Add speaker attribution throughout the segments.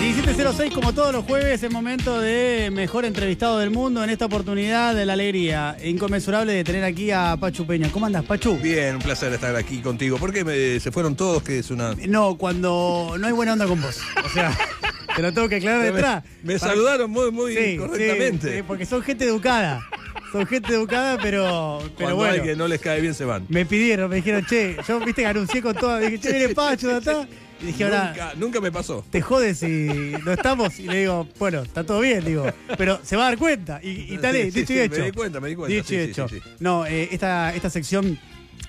Speaker 1: 1706, como todos los jueves, es momento de mejor entrevistado del mundo. En esta oportunidad, de la alegría inconmensurable de tener aquí a Pachu Peña. ¿Cómo andas, Pachu?
Speaker 2: Bien, un placer estar aquí contigo. ¿Por qué me- se fueron todos? Que es una.
Speaker 1: No, cuando no hay buena onda con vos. O sea, te lo tengo que aclarar
Speaker 2: Me,
Speaker 1: detrás.
Speaker 2: me
Speaker 1: Para-
Speaker 2: saludaron muy, muy
Speaker 1: Sí,
Speaker 2: correctamente.
Speaker 1: sí, sí, porque son gente educada. Son gente educada, pero, pero
Speaker 2: Cuando
Speaker 1: bueno.
Speaker 2: hay que no les cae bien, se van.
Speaker 1: Me pidieron, me dijeron, che, yo viste que anuncié con toda. Dije, che, viene Pacho, acá. Y dije, ahora.
Speaker 2: nunca, nunca me pasó.
Speaker 1: te jodes si no estamos. Y le digo, bueno, está todo bien, digo. Pero se va a dar cuenta. Y, y tal,
Speaker 2: Sí,
Speaker 1: es,
Speaker 2: sí,
Speaker 1: dicho y
Speaker 2: sí,
Speaker 1: hecho.
Speaker 2: me di cuenta, me di cuenta,
Speaker 1: Dicho
Speaker 2: sí,
Speaker 1: y
Speaker 2: sí,
Speaker 1: hecho.
Speaker 2: sí,
Speaker 1: No, eh, esta, esta sección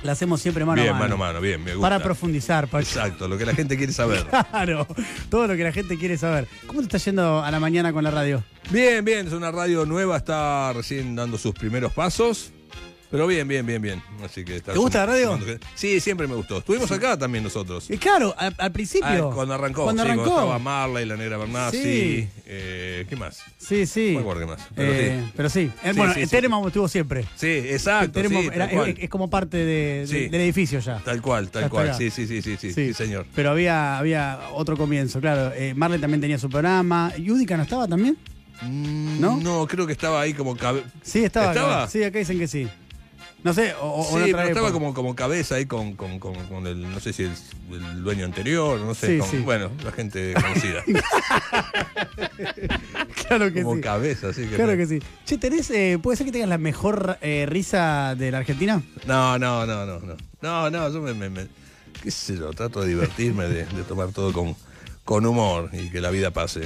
Speaker 1: la hacemos siempre mano
Speaker 2: bien,
Speaker 1: a
Speaker 2: mano
Speaker 1: mano.
Speaker 2: a mano, bien, me gusta.
Speaker 1: para profundizar, Pacho.
Speaker 2: Exacto, lo que la gente quiere saber.
Speaker 1: Claro, todo lo que la gente quiere saber. ¿Cómo te está yendo a la mañana con la radio?
Speaker 2: Bien, bien, es una radio nueva, está recién dando sus primeros pasos. Pero bien, bien, bien, bien. Así que está
Speaker 1: ¿Te gusta la radio?
Speaker 2: sumando- Sí, siempre me gustó. Estuvimos acá también nosotros.
Speaker 1: Eh, claro, al, al
Speaker 2: Ah,
Speaker 1: principio.
Speaker 2: cuando arrancó,
Speaker 1: Cuando
Speaker 2: sí,
Speaker 1: arrancó.
Speaker 2: estaba Marla y la negra Bernasi.
Speaker 1: Sí.
Speaker 2: eh, ¿Qué más?
Speaker 1: sí, sí.
Speaker 2: No me acuerdo qué más, pero
Speaker 1: Eh,
Speaker 2: sí.
Speaker 1: Pero sí. Eh,
Speaker 2: Sí,
Speaker 1: bueno,
Speaker 2: sí,
Speaker 1: el
Speaker 2: sí.
Speaker 1: Teremo estuvo siempre.
Speaker 2: Sí, exacto.
Speaker 1: Teremo
Speaker 2: sí, tal
Speaker 1: era- es-
Speaker 2: cual.
Speaker 1: es, como parte de- de-
Speaker 2: Sí.
Speaker 1: del edificio ya.
Speaker 2: Tal cual,
Speaker 1: Ya
Speaker 2: tal
Speaker 1: está
Speaker 2: cual.
Speaker 1: acá.
Speaker 2: Sí, sí, sí, sí, sí, sí, señor.
Speaker 1: Pero había, había otro comienzo, claro. Eh, Marley también tenía su programa. ¿Yudica no estaba también?
Speaker 2: Mm,
Speaker 1: ¿No?
Speaker 2: No, creo que estaba ahí como cabeza.
Speaker 1: Sí, estaba.
Speaker 2: ¿Estaba?
Speaker 1: claro. Sí, acá dicen que sí. No pues. sé, o, o- o
Speaker 2: Sí,
Speaker 1: en
Speaker 2: pero
Speaker 1: otra
Speaker 2: estaba
Speaker 1: época.
Speaker 2: como, como cabeza ahí con, con, con, con el, no sé si el, el dueño anterior, no sé,
Speaker 1: Sí,
Speaker 2: con-
Speaker 1: sí.
Speaker 2: bueno, la gente conocida.
Speaker 1: Claro que
Speaker 2: como
Speaker 1: sí.
Speaker 2: cabeza, así que.
Speaker 1: Claro que sí. Che, tenés, eh, ¿puede ser que tengas la mejor eh, risa de la Argentina?
Speaker 2: No, no, no, no, no. No, no, yo me, me- me- qué sé yo, trato de divertirme, de, de tomar todo con, con humor y que la vida pase.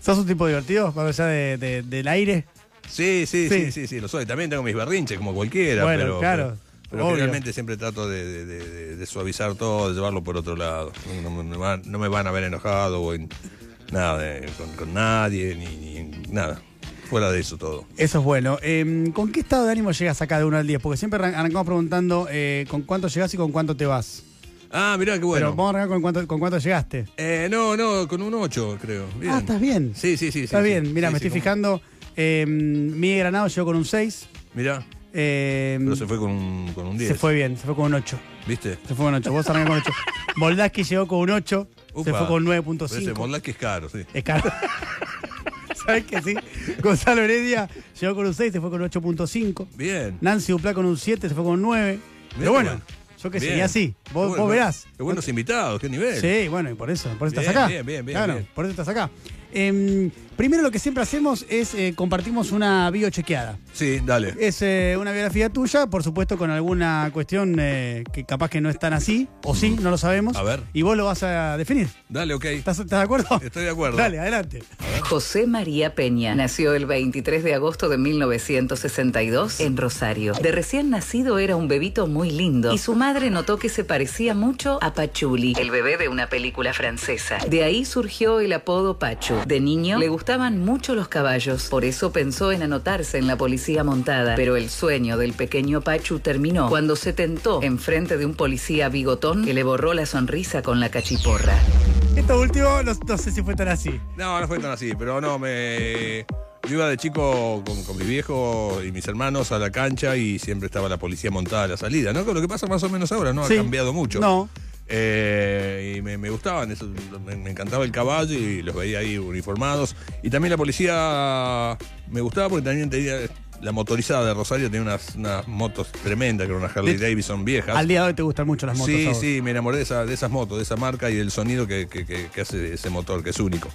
Speaker 1: ¿Sos un tipo divertido, más allá de- de- del aire?
Speaker 2: Sí, sí,
Speaker 1: Sí.
Speaker 2: sí, sí, sí, lo soy. También tengo mis barrinches, como cualquiera.
Speaker 1: Bueno,
Speaker 2: pero,
Speaker 1: claro,
Speaker 2: Pero, pero
Speaker 1: obvio.
Speaker 2: generalmente siempre trato de, de- de- de- de suavizar todo, de llevarlo por otro lado. No, no me van, no me van a ver enojado o en- nada, de- con, con nadie, ni, ni- nada. Fuera de eso todo.
Speaker 1: Eso es bueno. Eh, ¿Con qué estado de ánimo llegas acá de 1 al 10? Porque siempre arran- arrancamos preguntando eh, con cuánto llegás y con cuánto te vas.
Speaker 2: Ah, mirá, qué
Speaker 1: Pero
Speaker 2: bueno.
Speaker 1: vamos a arrancar con cuánto, con cuánto llegaste.
Speaker 2: Eh, no, no, con un 8, creo. Bien.
Speaker 1: Ah, estás bien.
Speaker 2: Sí, sí, sí. sí,
Speaker 1: Está
Speaker 2: sí.
Speaker 1: bien, mira,
Speaker 2: Sí,
Speaker 1: me
Speaker 2: sí,
Speaker 1: estoy
Speaker 2: como-
Speaker 1: fijando. Eh, Miguel Granado llegó con un 6.
Speaker 2: Mirá,
Speaker 1: eh,
Speaker 2: pero se fue con un, con un 10.
Speaker 1: se fue bien, se fue con un 8.
Speaker 2: ¿Viste?
Speaker 1: Se fue con un 8. Vos arrancás con 8. Boldaski llegó con un 8. Se
Speaker 2: Upa.
Speaker 1: fue con
Speaker 2: Pero ese
Speaker 1: 9.5.
Speaker 2: Morlac es caro, sí.
Speaker 1: Es caro. ¿Sabes qué? Sí. Gonzalo Heredia llegó con un 6, se fue con un 8.5.
Speaker 2: Bien.
Speaker 1: Nancy Duplá con un 7, se fue con un 9. Pero
Speaker 2: Mirá,
Speaker 1: bueno,
Speaker 2: bueno.
Speaker 1: yo qué sé,
Speaker 2: Bien.
Speaker 1: y así. Vos,
Speaker 2: Qué bueno,
Speaker 1: vos verás.
Speaker 2: Qué buenos invitados, qué nivel.
Speaker 1: Sí, bueno, y por eso, por eso
Speaker 2: Bien,
Speaker 1: estás acá.
Speaker 2: bien, bien, bien,
Speaker 1: Claro,
Speaker 2: bien.
Speaker 1: por eso estás acá. Em, primero lo que siempre hacemos es eh, compartimos una bio chequeada.
Speaker 2: Sí, dale.
Speaker 1: Es eh, una biografía tuya, por supuesto, con alguna cuestión eh, que capaz que no es tan así, o sí, no lo sabemos.
Speaker 2: A ver.
Speaker 1: Y vos lo vas a definir.
Speaker 2: Dale, ok.
Speaker 1: ¿Estás, estás de acuerdo?
Speaker 2: Estoy de acuerdo.
Speaker 1: Dale, adelante.
Speaker 3: José María Peña nació el 23 de agosto de 1962 en Rosario. De recién nacido era un bebito muy lindo y su madre notó que se parecía mucho a Pachuli, el bebé de una película francesa. De ahí surgió el apodo Pachu. De niño le gustaban mucho los caballos, por eso pensó en anotarse en la policía montada, pero el sueño del pequeño Pachu terminó cuando se tentó enfrente de un policía bigotón que le borró la sonrisa con la cachiporra.
Speaker 1: Esto último, no, no sé si fue tan así.
Speaker 2: No, no fue tan así, pero no, me. Yo iba de chico con, con mis viejos y mis hermanos a la cancha y siempre estaba la policía montada a la salida, ¿no? Con lo que pasa más o menos ahora, ¿no? Ha
Speaker 1: Sí.
Speaker 2: cambiado mucho.
Speaker 1: No.
Speaker 2: Eh, y me, me gustaban, eso, me, me encantaba el caballo y los veía ahí uniformados. Y también la policía me gustaba porque también tenía. La motorizada de Rosario tenía unas, unas motos tremendas, que eran unas Harley
Speaker 1: De-
Speaker 2: Davidson viejas.
Speaker 1: Al día de hoy te gustan mucho las motos. a
Speaker 2: Sí,
Speaker 1: vos.
Speaker 2: sí, me enamoré de, esa- de esas motos, de esa marca y del sonido que, que- que- que hace ese motor, que es único.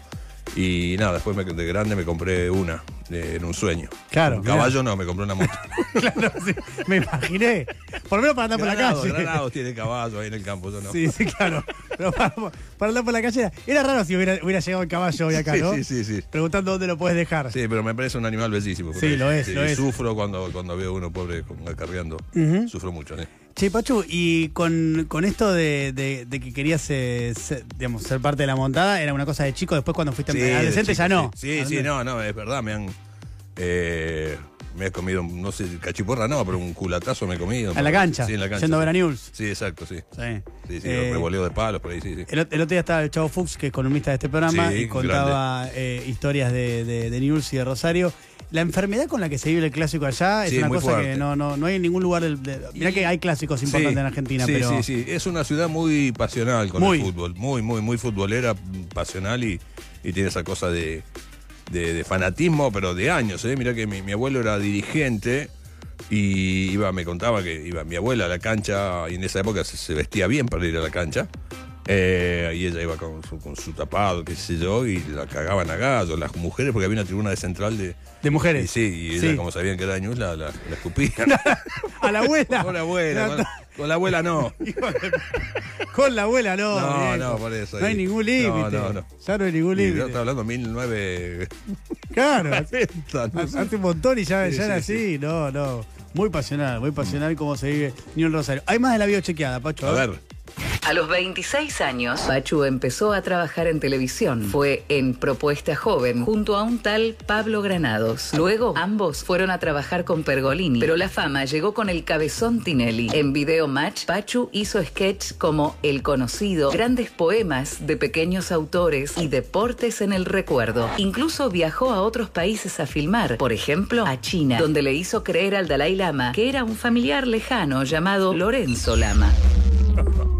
Speaker 2: Y nada, después me- de grande me compré una, eh, en un sueño.
Speaker 1: Claro,
Speaker 2: Un
Speaker 1: mirá.
Speaker 2: caballo no, me compré una moto.
Speaker 1: Claro, sí, me imaginé. Por lo menos para andar
Speaker 2: Granados,
Speaker 1: por la calle.
Speaker 2: Granados tiene caballo ahí en el campo, yo no.
Speaker 1: Sí, sí, claro. Pero para, para andar por la calle era- era raro si hubiera, hubiera llegado el caballo hoy acá,
Speaker 2: Sí,
Speaker 1: ¿no?
Speaker 2: sí, sí, sí.
Speaker 1: Preguntando dónde lo puedes dejar.
Speaker 2: Sí, pero me parece un animal bellísimo.
Speaker 1: Sí, lo es, lo
Speaker 2: y
Speaker 1: es.
Speaker 2: Sufro cuando, cuando veo uno pobre con- acarreando. Sufro mucho, ¿eh?
Speaker 1: Che, Pachu, y con, con esto de, de- de que querías eh, ser, digamos, ser parte de la montada, era una cosa de chico, después cuando fuiste
Speaker 2: de
Speaker 1: adolescente
Speaker 2: chico,
Speaker 1: ya no.
Speaker 2: Sí, sí, sí, no, no, es verdad, me han. eh, me he comido, no sé, cachiporra no, pero un culatazo me he comido.
Speaker 1: A la cancha.
Speaker 2: Sí, en la cancha.
Speaker 1: Yendo a ver a News.
Speaker 2: Sí, exacto, sí.
Speaker 1: Sí.
Speaker 2: Sí, sí,
Speaker 1: Eh,
Speaker 2: me voleo de palos por ahí, sí, sí.
Speaker 1: El, ot- el otro día estaba el Chavo Fuchs, que es columnista de este programa,
Speaker 2: Sí,
Speaker 1: y contaba eh, historias de, de, de Newell's y de Rosario. La enfermedad con la que se vive el clásico allá es
Speaker 2: Sí,
Speaker 1: una
Speaker 2: muy
Speaker 1: cosa que
Speaker 2: fuerte.
Speaker 1: no, no, no hay en ningún lugar del. de- mirá que hay clásicos importantes
Speaker 2: Sí,
Speaker 1: en Argentina,
Speaker 2: sí,
Speaker 1: pero.
Speaker 2: Sí, sí, es una ciudad muy pasional con
Speaker 1: Muy.
Speaker 2: el fútbol, muy, muy, muy futbolera, mm, pasional y, y tiene esa cosa de, de- de fanatismo, pero de años, ¿eh? Mirá que mi, mi abuelo era dirigente y iba, me contaba que iba mi abuela a la cancha y en esa época se, se vestía bien para ir a la cancha. eh, y ella iba con su, con su tapado, qué sé yo, y la cagaban a gallo, las mujeres, porque había una tribuna de central de...
Speaker 1: De mujeres.
Speaker 2: Y sí, y ella, como sabían que era Ñus, la, la, la escupían.
Speaker 1: A la abuela.
Speaker 2: Con la abuela,
Speaker 1: No,
Speaker 2: con, con la abuela no.
Speaker 1: Con la abuela, no.
Speaker 2: No,
Speaker 1: viejo.
Speaker 2: no, por eso.
Speaker 1: No hay
Speaker 2: Y-
Speaker 1: ningún
Speaker 2: no,
Speaker 1: límite.
Speaker 2: no, no.
Speaker 1: Ya no hay ningún
Speaker 2: Y yo
Speaker 1: límite.
Speaker 2: estaba hablando 1900.
Speaker 1: Claro.
Speaker 2: no
Speaker 1: hace-
Speaker 2: sé.
Speaker 1: Hace un montón y ya,
Speaker 2: Sí,
Speaker 1: ya era
Speaker 2: sí,
Speaker 1: así. No, no. Muy pasional, muy pasional como se vive Newell Rosario. Hay más de la biochequeada, Pacho. ¿eh?
Speaker 2: A ver,
Speaker 3: A los 26 años, Pachu empezó a trabajar en televisión. Fue en Propuesta Joven junto a un tal Pablo Granados. Luego, ambos fueron a trabajar con Pergolini, pero la fama llegó con el cabezón Tinelli. En Video Match, Pachu hizo sketch como El Conocido, grandes poemas de pequeños autores y deportes en el recuerdo. Incluso viajó a otros países a filmar, por ejemplo, a China, donde le hizo creer al Dalai Lama que era un familiar lejano llamado Lorenzo Lama.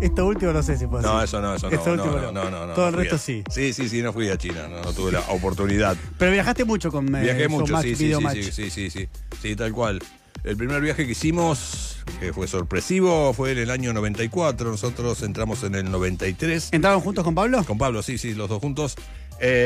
Speaker 1: Esto último no sé si puede
Speaker 2: no,
Speaker 1: ser.
Speaker 2: eso no, eso
Speaker 1: Esto
Speaker 2: no. No,
Speaker 1: último
Speaker 2: no, no, no, no,
Speaker 1: Todo el
Speaker 2: no fui
Speaker 1: resto
Speaker 2: a-
Speaker 1: sí.
Speaker 2: Sí, sí, sí, no fui a China, no, no tuve la oportunidad.
Speaker 1: Pero viajaste mucho con eh,
Speaker 2: Viajé mucho,
Speaker 1: Showmatch,
Speaker 2: sí, sí, sí,
Speaker 1: Videomatch.
Speaker 2: sí, sí, sí, sí, sí, tal cual. El primer viaje que hicimos, que fue sorpresivo, fue en el año 94. Nosotros entramos en el 93.
Speaker 1: ¿Entraron juntos con Pablo?
Speaker 2: Con Pablo, sí, sí, los dos juntos.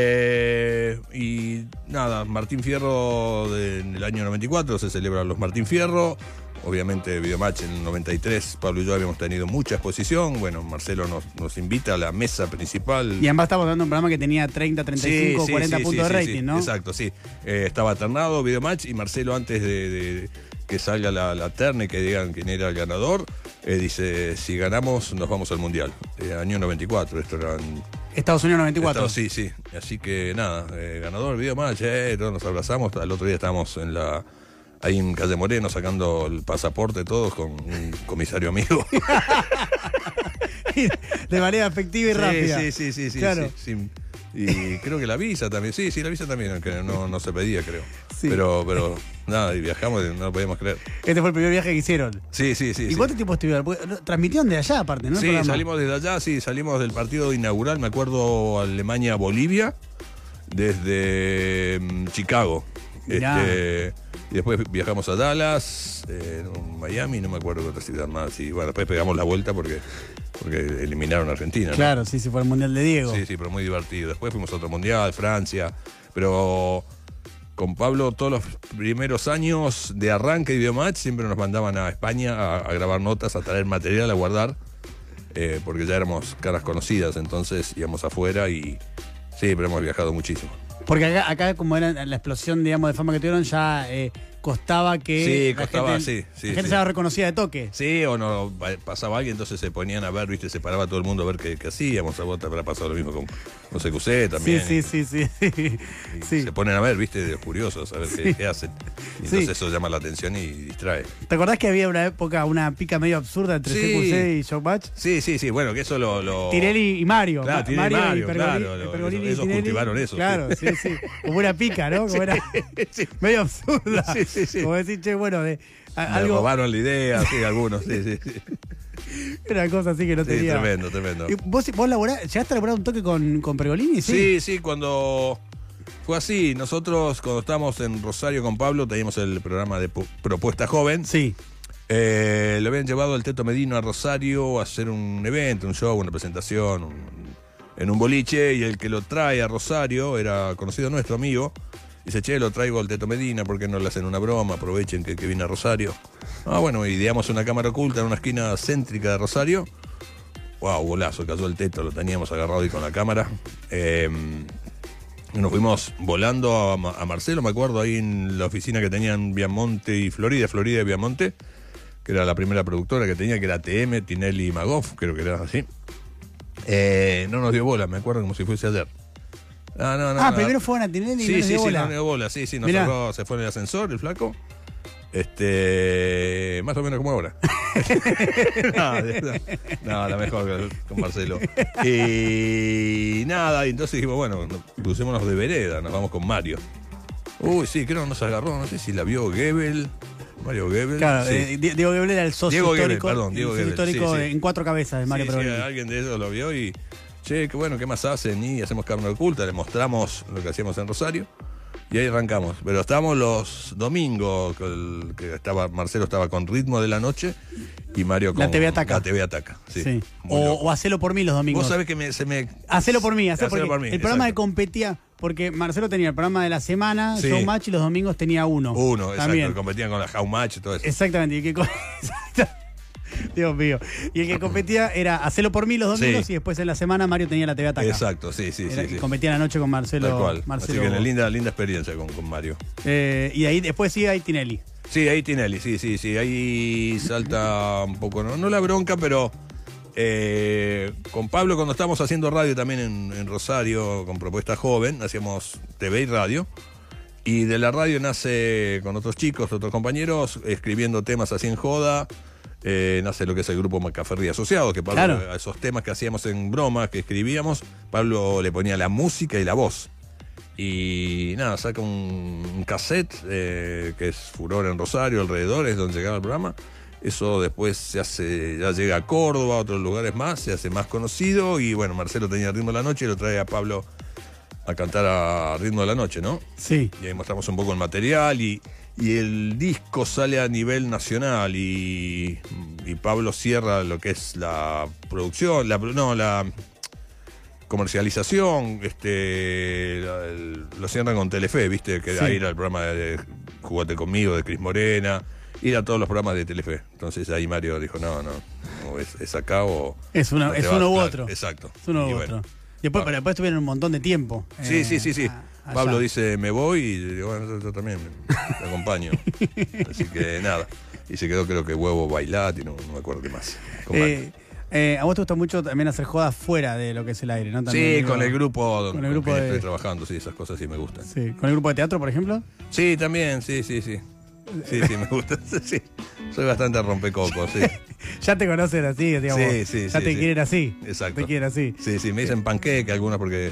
Speaker 2: Eh, y nada, Martín Fierro de- en el año 94 se celebran los Martín Fierro. Obviamente, Videomatch en el 93, Pablo y yo habíamos tenido mucha exposición. Bueno, Marcelo nos, nos invita a la mesa principal.
Speaker 1: Y ambas estamos dando un programa que tenía 30, 35,
Speaker 2: Sí, sí,
Speaker 1: 40
Speaker 2: sí,
Speaker 1: puntos
Speaker 2: sí,
Speaker 1: de
Speaker 2: sí,
Speaker 1: rating,
Speaker 2: sí,
Speaker 1: ¿no?
Speaker 2: Exacto, sí. Eh, estaba alternado Videomatch y Marcelo antes de, de que salga la, la terna y que digan quién era el ganador, eh, dice, si ganamos nos vamos al Mundial. Eh, año 94, esto era en
Speaker 1: Estados Unidos 94.
Speaker 2: Estado- sí, sí. Así que nada, eh, ganador, video match, eh, todos nos abrazamos. Al otro día estábamos en la. Ahí en Calle Moreno sacando el pasaporte todos con un comisario amigo.
Speaker 1: de manera afectiva y rápida.
Speaker 2: sí, sí, sí, sí,
Speaker 1: Claro.
Speaker 2: sí, sí. Y creo que la visa también, sí, sí, la visa también, que no, no se pedía, creo.
Speaker 1: Sí.
Speaker 2: Pero, pero, nada, y viajamos y no lo podíamos creer.
Speaker 1: Este fue el primer viaje que hicieron.
Speaker 2: Sí, sí, sí.
Speaker 1: ¿Y
Speaker 2: sí.
Speaker 1: cuánto tiempo estuvieron? Porque, no, Transmitieron de allá, aparte, ¿no? El
Speaker 2: Sí,
Speaker 1: programa.
Speaker 2: salimos desde allá, sí, salimos del partido inaugural, me acuerdo, Alemania-Bolivia, desde mm, Chicago.
Speaker 1: Mirá.
Speaker 2: Este, y después viajamos a Dallas, eh, no, Miami, no me acuerdo qué otra ciudad más. Y bueno, después pegamos la vuelta porque, porque eliminaron a Argentina. ¿no?
Speaker 1: Claro, sí, sí, fue el Mundial de Diego.
Speaker 2: Sí, sí, pero muy divertido. Después fuimos a otro mundial, Francia. Pero con Pablo, todos los primeros años de arranque de Videomatch, siempre nos mandaban a España a, a grabar notas, a traer material, a guardar. eh, porque ya éramos caras conocidas, entonces íbamos afuera y. Sí, pero hemos viajado muchísimo.
Speaker 1: Porque acá, acá, como era la explosión, digamos, de fama que tuvieron, ya eh, costaba que.
Speaker 2: Sí,
Speaker 1: la
Speaker 2: costaba,
Speaker 1: gente-
Speaker 2: sí, sí,
Speaker 1: La gente
Speaker 2: sí.
Speaker 1: se la reconocía de toque.
Speaker 2: Sí, o no pa- pasaba alguien, entonces se ponían a ver, viste, se paraba todo el mundo a ver qué, qué hacíamos. A vos te habrá pasado lo mismo con José Cusé también.
Speaker 1: Sí, sí, sí, sí.
Speaker 2: Y
Speaker 1: sí.
Speaker 2: Se ponen a ver, viste, de los curiosos, a ver qué, qué hacen. Y
Speaker 1: Sí.
Speaker 2: entonces eso llama la atención y distrae.
Speaker 1: ¿Te acordás que había una época, una pica medio absurda entre
Speaker 2: Sí.
Speaker 1: CQC y Showmatch?
Speaker 2: Sí, sí, sí, bueno, que eso lo... lo-
Speaker 1: Tirelli y Mario.
Speaker 2: Claro,
Speaker 1: Ma-
Speaker 2: Tirelli y Mario, claro, lo-
Speaker 1: Pergolini
Speaker 2: ellos- ellos
Speaker 1: Tirelli.
Speaker 2: cultivaron eso,
Speaker 1: Claro, sí, sí. Como una pica, ¿no? Como era medio absurda.
Speaker 2: Sí, sí, sí.
Speaker 1: Como decir, che, bueno, de, a-
Speaker 2: le
Speaker 1: algo,
Speaker 2: robaron la idea, sí, algunos, sí, sí. sí.
Speaker 1: una cosa así que no
Speaker 2: Sí,
Speaker 1: tenía.
Speaker 2: tremendo, tremendo.
Speaker 1: Y ¿Vos, vos laborás, llegaste a laborar un toque con, con Pergolini? Sí.
Speaker 2: Sí, sí, cuando fue así, nosotros cuando estábamos en Rosario con Pablo teníamos el programa de pu- Propuesta Joven.
Speaker 1: Sí.
Speaker 2: Eh, lo habían llevado el Teto Medino a Rosario a hacer un evento, un show, una presentación, un- en un boliche, y el que lo trae a Rosario era conocido nuestro amigo. Dice, che, lo traigo al Teto Medina, porque no le hacen una broma? Aprovechen que, que viene a Rosario. Ah, bueno, ideamos una cámara oculta en una esquina céntrica de Rosario. Wow, golazo, cayó el Teto, lo teníamos agarrado ahí con la cámara. Em, y nos fuimos volando a, Ma- a Marcelo, me acuerdo, ahí en la oficina que tenían Viamonte y Florida, Florida y Viamonte, que era la primera productora que tenía, que era TM, Tinelli y Magoff, creo que era así. Eh, no nos dio bola, me acuerdo como si fuese ayer. Ah, no, no,
Speaker 1: ah,
Speaker 2: no.
Speaker 1: primero fueron a Tinelli y
Speaker 2: Sí,
Speaker 1: no les
Speaker 2: sí,
Speaker 1: dio
Speaker 2: sí,
Speaker 1: bola.
Speaker 2: no nos dio bola, sí, sí, nos
Speaker 1: Mirá.
Speaker 2: cerró, se fue en el ascensor, el flaco. Este, más o menos como ahora. no, de- no, no, la mejor con Marcelo. Y nada, y entonces dijimos, bueno, crucémonos de vereda, nos vamos con Mario. Uy, sí, creo que nos agarró, no sé si la vio Goebel. Mario Goebel.
Speaker 1: Claro,
Speaker 2: sí.
Speaker 1: eh, Di- Diego Gebel era el socio
Speaker 2: Diego Goebel,
Speaker 1: histórico,
Speaker 2: perdón, Diego
Speaker 1: el socio
Speaker 2: Goebel, sí,
Speaker 1: histórico
Speaker 2: sí.
Speaker 1: en cuatro cabezas de Mario
Speaker 2: Sí, sí,
Speaker 1: Peroni.
Speaker 2: alguien de ellos lo vio y, che, qué bueno, ¿qué más hacen? Y hacemos carne oculta, le mostramos lo que hacíamos en Rosario y ahí arrancamos. Pero estábamos los domingos, que el- que estaba Marcelo estaba con ritmo de la noche y Mario con
Speaker 1: La TV Ataca.
Speaker 2: La TV Ataca, sí.
Speaker 1: Sí.
Speaker 2: Muy
Speaker 1: O,
Speaker 2: loco.
Speaker 1: o hacelo por mí los domingos.
Speaker 2: Vos sabés que me, se me...
Speaker 1: Hacelo por mí, hacelo por, mí. El programa de
Speaker 2: exacto.
Speaker 1: competía, porque Marcelo tenía el programa de la semana,
Speaker 2: Sí.
Speaker 1: Showmatch, y los domingos tenía uno.
Speaker 2: Uno,
Speaker 1: También.
Speaker 2: exacto, competían con la Howmatch y todo eso.
Speaker 1: Exactamente. Y el que co- Exacto. Dios mío. Y el que competía era hacelo por mí los domingos
Speaker 2: Sí.
Speaker 1: y después en la semana Mario tenía la TV ataca.
Speaker 2: Exacto, sí, sí,
Speaker 1: Era-
Speaker 2: sí. sí.
Speaker 1: Competía la noche con Marcelo.
Speaker 2: Tal cual.
Speaker 1: Marcelo-
Speaker 2: Así que linda, linda experiencia con, con Mario.
Speaker 1: Eh, y ahí después sí hay Tinelli.
Speaker 2: Sí, ahí Tinelli, sí, sí, sí. Ahí salta un poco, no, no la bronca, pero eh, con Pablo cuando estábamos haciendo radio también en, en Rosario, con Propuesta Joven, hacíamos TV y radio. Y de la radio nace con otros chicos, otros compañeros, escribiendo temas así en joda. Eh, nace lo que es el grupo Macaferri Asociados, que Pablo,
Speaker 1: Claro.
Speaker 2: a esos temas que hacíamos en bromas, que escribíamos, Pablo le ponía la música y la voz. Y nada, saca un, un cassette eh, que es furor en Rosario, alrededor, es donde llegaba el programa. Eso después se hace, ya llega a Córdoba, a otros lugares más, se hace más conocido. Y bueno, Marcelo tenía ritmo de la noche y lo trae a Pablo a cantar a ritmo de la noche, ¿no?
Speaker 1: Sí.
Speaker 2: Y ahí mostramos un poco el material y, y el disco sale a nivel nacional y, y Pablo cierra lo que es la producción, la, pro- no, la comercialización, este, la- el- lo cierran con Telefe, viste, que
Speaker 1: Sí.
Speaker 2: ahí era el programa de Jugate conmigo, de Cris Morena, ir a todos los programas de Telefe. Entonces ahí Mario dijo, no, no, o es, es acá o...
Speaker 1: Es uno-
Speaker 2: o te
Speaker 1: es
Speaker 2: vas".
Speaker 1: uno u
Speaker 2: Claro,
Speaker 1: otro.
Speaker 2: Exacto.
Speaker 1: Es uno
Speaker 2: Y
Speaker 1: u
Speaker 2: bueno.
Speaker 1: otro. Después, pero después tuvieron un montón de tiempo.
Speaker 2: Sí,
Speaker 1: eh,
Speaker 2: sí, sí, sí.
Speaker 1: a- allá.
Speaker 2: Pablo dice, me voy, y yo digo, bueno, yo, yo también te acompaño. Así que nada. Y se quedó, creo que huevo bailat y no, no me acuerdo qué más. Con
Speaker 1: Eh, eh, a vos te gusta mucho también hacer jodas fuera de lo que es el aire, ¿no?
Speaker 2: Mac.
Speaker 1: También,
Speaker 2: sí,
Speaker 1: digo,
Speaker 2: con el grupo
Speaker 1: con el
Speaker 2: con
Speaker 1: grupo
Speaker 2: quien
Speaker 1: de-
Speaker 2: estoy trabajando, sí, esas cosas sí me gustan.
Speaker 1: Sí, con el grupo de teatro, por ejemplo.
Speaker 2: Sí, también, sí, sí, sí. Sí, sí, me gusta. Sí. Soy bastante rompecocos, sí.
Speaker 1: Ya te conocen así, digamos.
Speaker 2: Sí, sí,
Speaker 1: ya
Speaker 2: sí,
Speaker 1: te
Speaker 2: sí.
Speaker 1: quieren así.
Speaker 2: Exacto.
Speaker 1: Te quieren así.
Speaker 2: Sí, sí, me dicen panqueque algunas porque.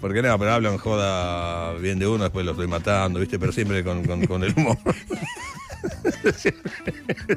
Speaker 2: Porque no, pero hablan joda bien de uno, después lo estoy matando, ¿viste? Pero siempre con, con- con el humor. siempre,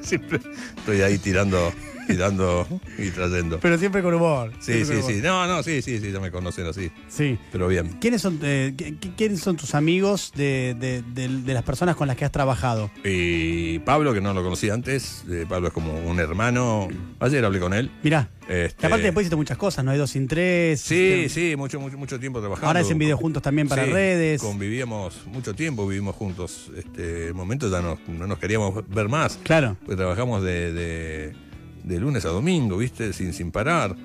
Speaker 2: siempre estoy ahí tirando, tirando y trayendo.
Speaker 1: Pero siempre con humor.
Speaker 2: Sí,
Speaker 1: siempre
Speaker 2: sí,
Speaker 1: con
Speaker 2: sí.
Speaker 1: humor.
Speaker 2: No, no, sí, sí, sí, ya me conocen así.
Speaker 1: Sí.
Speaker 2: Pero bien.
Speaker 1: ¿Quiénes son, eh, qui- qui- ¿Quiénes son tus amigos de, de- de- de las personas con las que has trabajado?
Speaker 2: Y Pablo, que no lo conocí antes, eh, Pablo es como un hermano. Ayer hablé con él.
Speaker 1: Mirá.
Speaker 2: Este,
Speaker 1: Que aparte después hiciste muchas cosas, ¿no? Hay dos sin tres.
Speaker 2: Sí, sí, mucho, mucho, mucho tiempo trabajando.
Speaker 1: Ahora hacen videos juntos también para redes.
Speaker 2: Convivíamos mucho tiempo, vivimos juntos. Este, en momentos ya no, no nos queríamos ver más.
Speaker 1: Claro.
Speaker 2: Pues trabajamos de, de- de lunes a domingo, ¿viste? Sin, sin parar.